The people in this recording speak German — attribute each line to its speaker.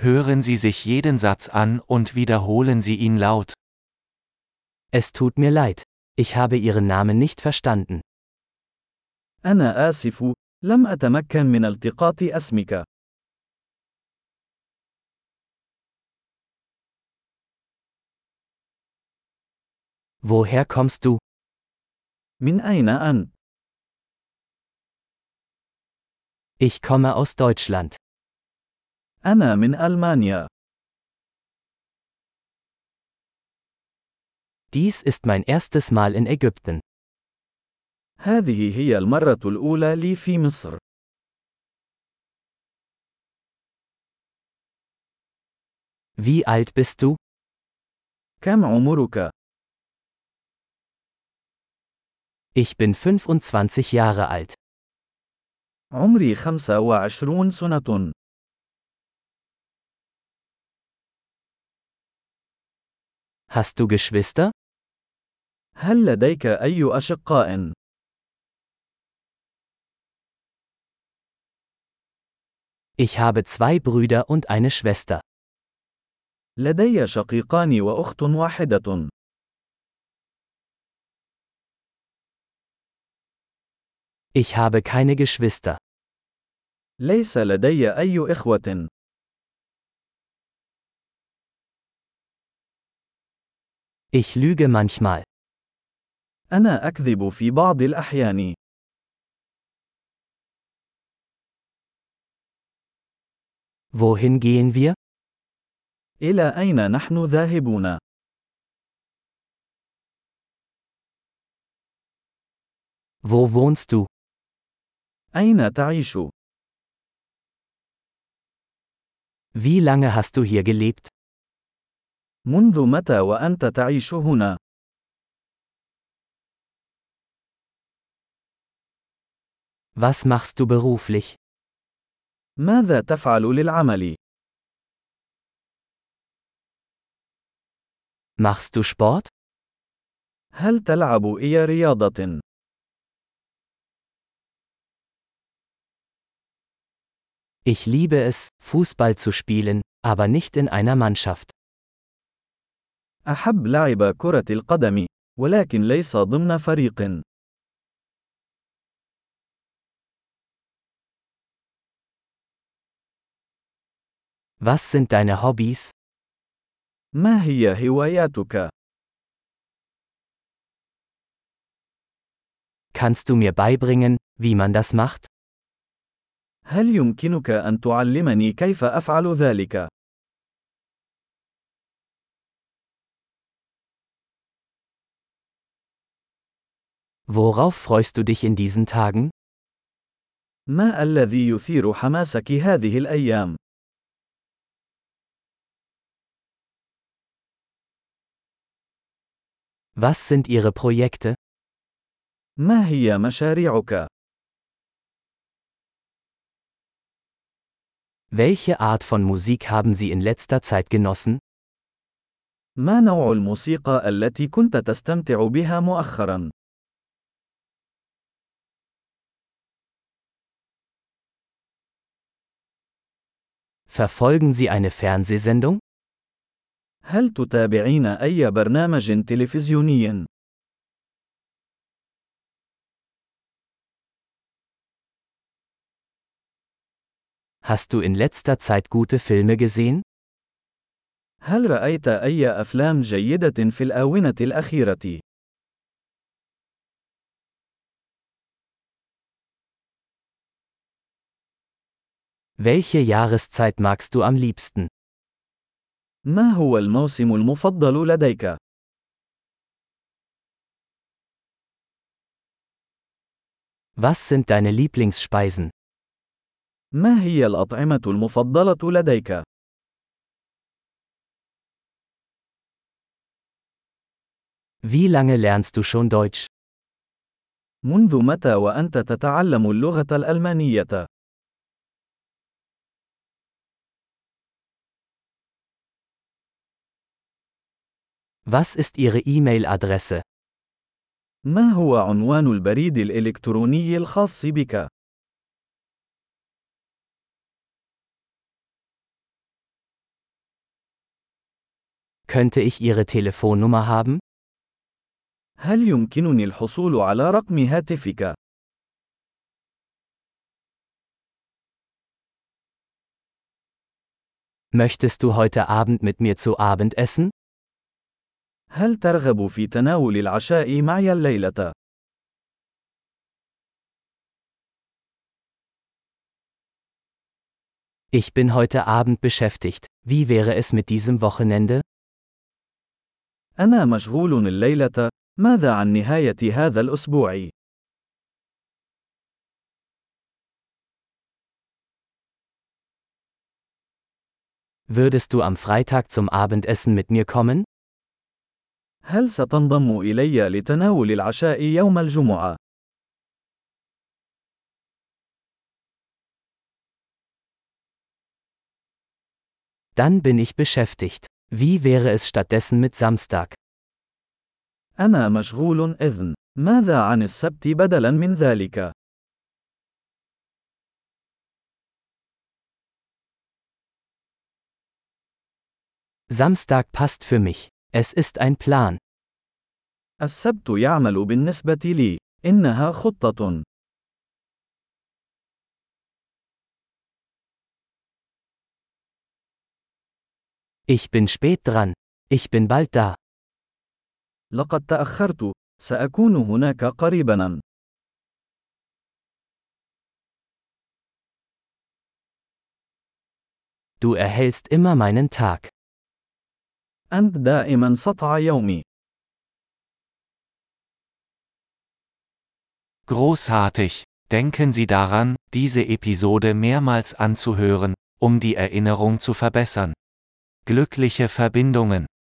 Speaker 1: Hören Sie sich jeden Satz an und wiederholen Sie ihn laut.
Speaker 2: Es tut mir leid. Ich habe Ihren Namen nicht verstanden.
Speaker 3: أنا آسف، لم أتمكن من التقاط اسمك.
Speaker 2: Woher kommst du?
Speaker 3: من أين أنت؟
Speaker 2: Ich komme aus Deutschland.
Speaker 3: أنا من ألمانيا.
Speaker 2: Dies ist mein erstes Mal in Ägypten.
Speaker 3: هذه هي المرة الأولى لي في مصر.
Speaker 2: Wie alt bist du?
Speaker 3: كم عمرك؟
Speaker 2: Ich bin 25 Jahre alt.
Speaker 3: عمري 25 سنة.
Speaker 2: Hast du Geschwister?
Speaker 3: هل لديك أي أشقاء؟
Speaker 2: Ich habe zwei Brüder und eine Schwester.
Speaker 3: لدي شقيقان وأخت واحدة.
Speaker 2: Ich habe keine Geschwister.
Speaker 3: ليس لدي أي إخوة.
Speaker 2: Ich lüge manchmal.
Speaker 3: أنا أكذب في بعض الأحيان.
Speaker 2: Wohin gehen wir?
Speaker 3: إلى أين نحن ذاهبون؟
Speaker 2: Wo wohnst du?
Speaker 3: أين تعيش؟
Speaker 2: Wie lange hast du hier gelebt?
Speaker 3: منذ متى وأنت تعيش هنا؟
Speaker 2: Was machst du beruflich?
Speaker 3: ماذا تفعل للعمل؟
Speaker 2: Machst du Sport?
Speaker 3: هل تلعب أي رياضة؟
Speaker 2: Ich liebe es, Fußball zu spielen, aber nicht in einer Mannschaft.
Speaker 3: أحب لعب كرة القدم، ولكن ليس ضمن فريق.
Speaker 2: Was sind deine Hobbys?
Speaker 3: ما هي هواياتك؟
Speaker 2: Kannst du mir beibringen, wie man das macht?
Speaker 3: هل يمكنك أن تعلمني كيف أفعل ذلك؟
Speaker 2: Worauf freust du dich in diesen Tagen?
Speaker 3: ما الذي يثير حماسك هذه الأيام؟
Speaker 2: Was sind ihre Projekte?
Speaker 3: ما هي مشاريعك؟
Speaker 2: Welche Art von Musik haben sie in letzter Zeit genossen?
Speaker 3: ما نوع الموسيقى التي كنت تستمتع بها مؤخرا؟
Speaker 2: Verfolgen sie eine Fernsehsendung?
Speaker 3: هل تتابعين أي برنامج تلفزيوني؟
Speaker 2: Hast du in letzter Zeit gute Filme gesehen?
Speaker 3: هل رأيت أي أفلام جيدة في الآونة الأخيرة؟
Speaker 2: Welche Jahreszeit magst du am liebsten?
Speaker 3: ما هو الموسم المفضل لديك؟
Speaker 2: Was sind deine Lieblingsspeisen?
Speaker 3: ما هي الأطعمة المفضلة لديك؟
Speaker 2: Wie lange lernst du schon Deutsch?
Speaker 3: منذ متى وأنت تتعلم اللغة الألمانية؟
Speaker 2: Was ist ihre E-Mail-Adresse?
Speaker 3: ما هو عنوان البريد الإلكتروني الخاص بك؟
Speaker 2: Könnte ich Ihre Telefonnummer haben?
Speaker 3: هل يمكنني الحصول على رقم هاتفك؟
Speaker 2: Möchtest du heute Abend mit mir zu Abend essen?
Speaker 3: هل ترغب في تناول العشاء معي الليلة؟
Speaker 2: Ich bin heute Abend beschäftigt. Wie wäre es mit diesem Wochenende?
Speaker 3: أنا مشغول الليلة. ماذا عن نهاية هذا الأسبوع؟
Speaker 2: Würdest du am Freitag zum Abendessen mit mir kommen?
Speaker 3: هل ستنضم إلي لتناول العشاء يوم الجمعة؟
Speaker 2: Dann bin ich beschäftigt. Wie wäre es stattdessen mit Samstag?
Speaker 3: أنا مشغول إذن. ماذا عن السبت بدلاً من ذلك؟
Speaker 2: Samstag passt für mich. Es ist ein Plan.
Speaker 3: السبت يعمل بالنسبة لي. إنها خطة.
Speaker 2: Ich bin spät dran. Ich bin bald da.
Speaker 3: لقد تأخرت. سأكون هناك قريباً.
Speaker 2: Du erhältst immer meinen Tag.
Speaker 3: أنت دائماً سطع يومي.
Speaker 1: Großartig! Denken Sie daran, diese Episode mehrmals anzuhören, um die Erinnerung zu verbessern. Glückliche Verbindungen!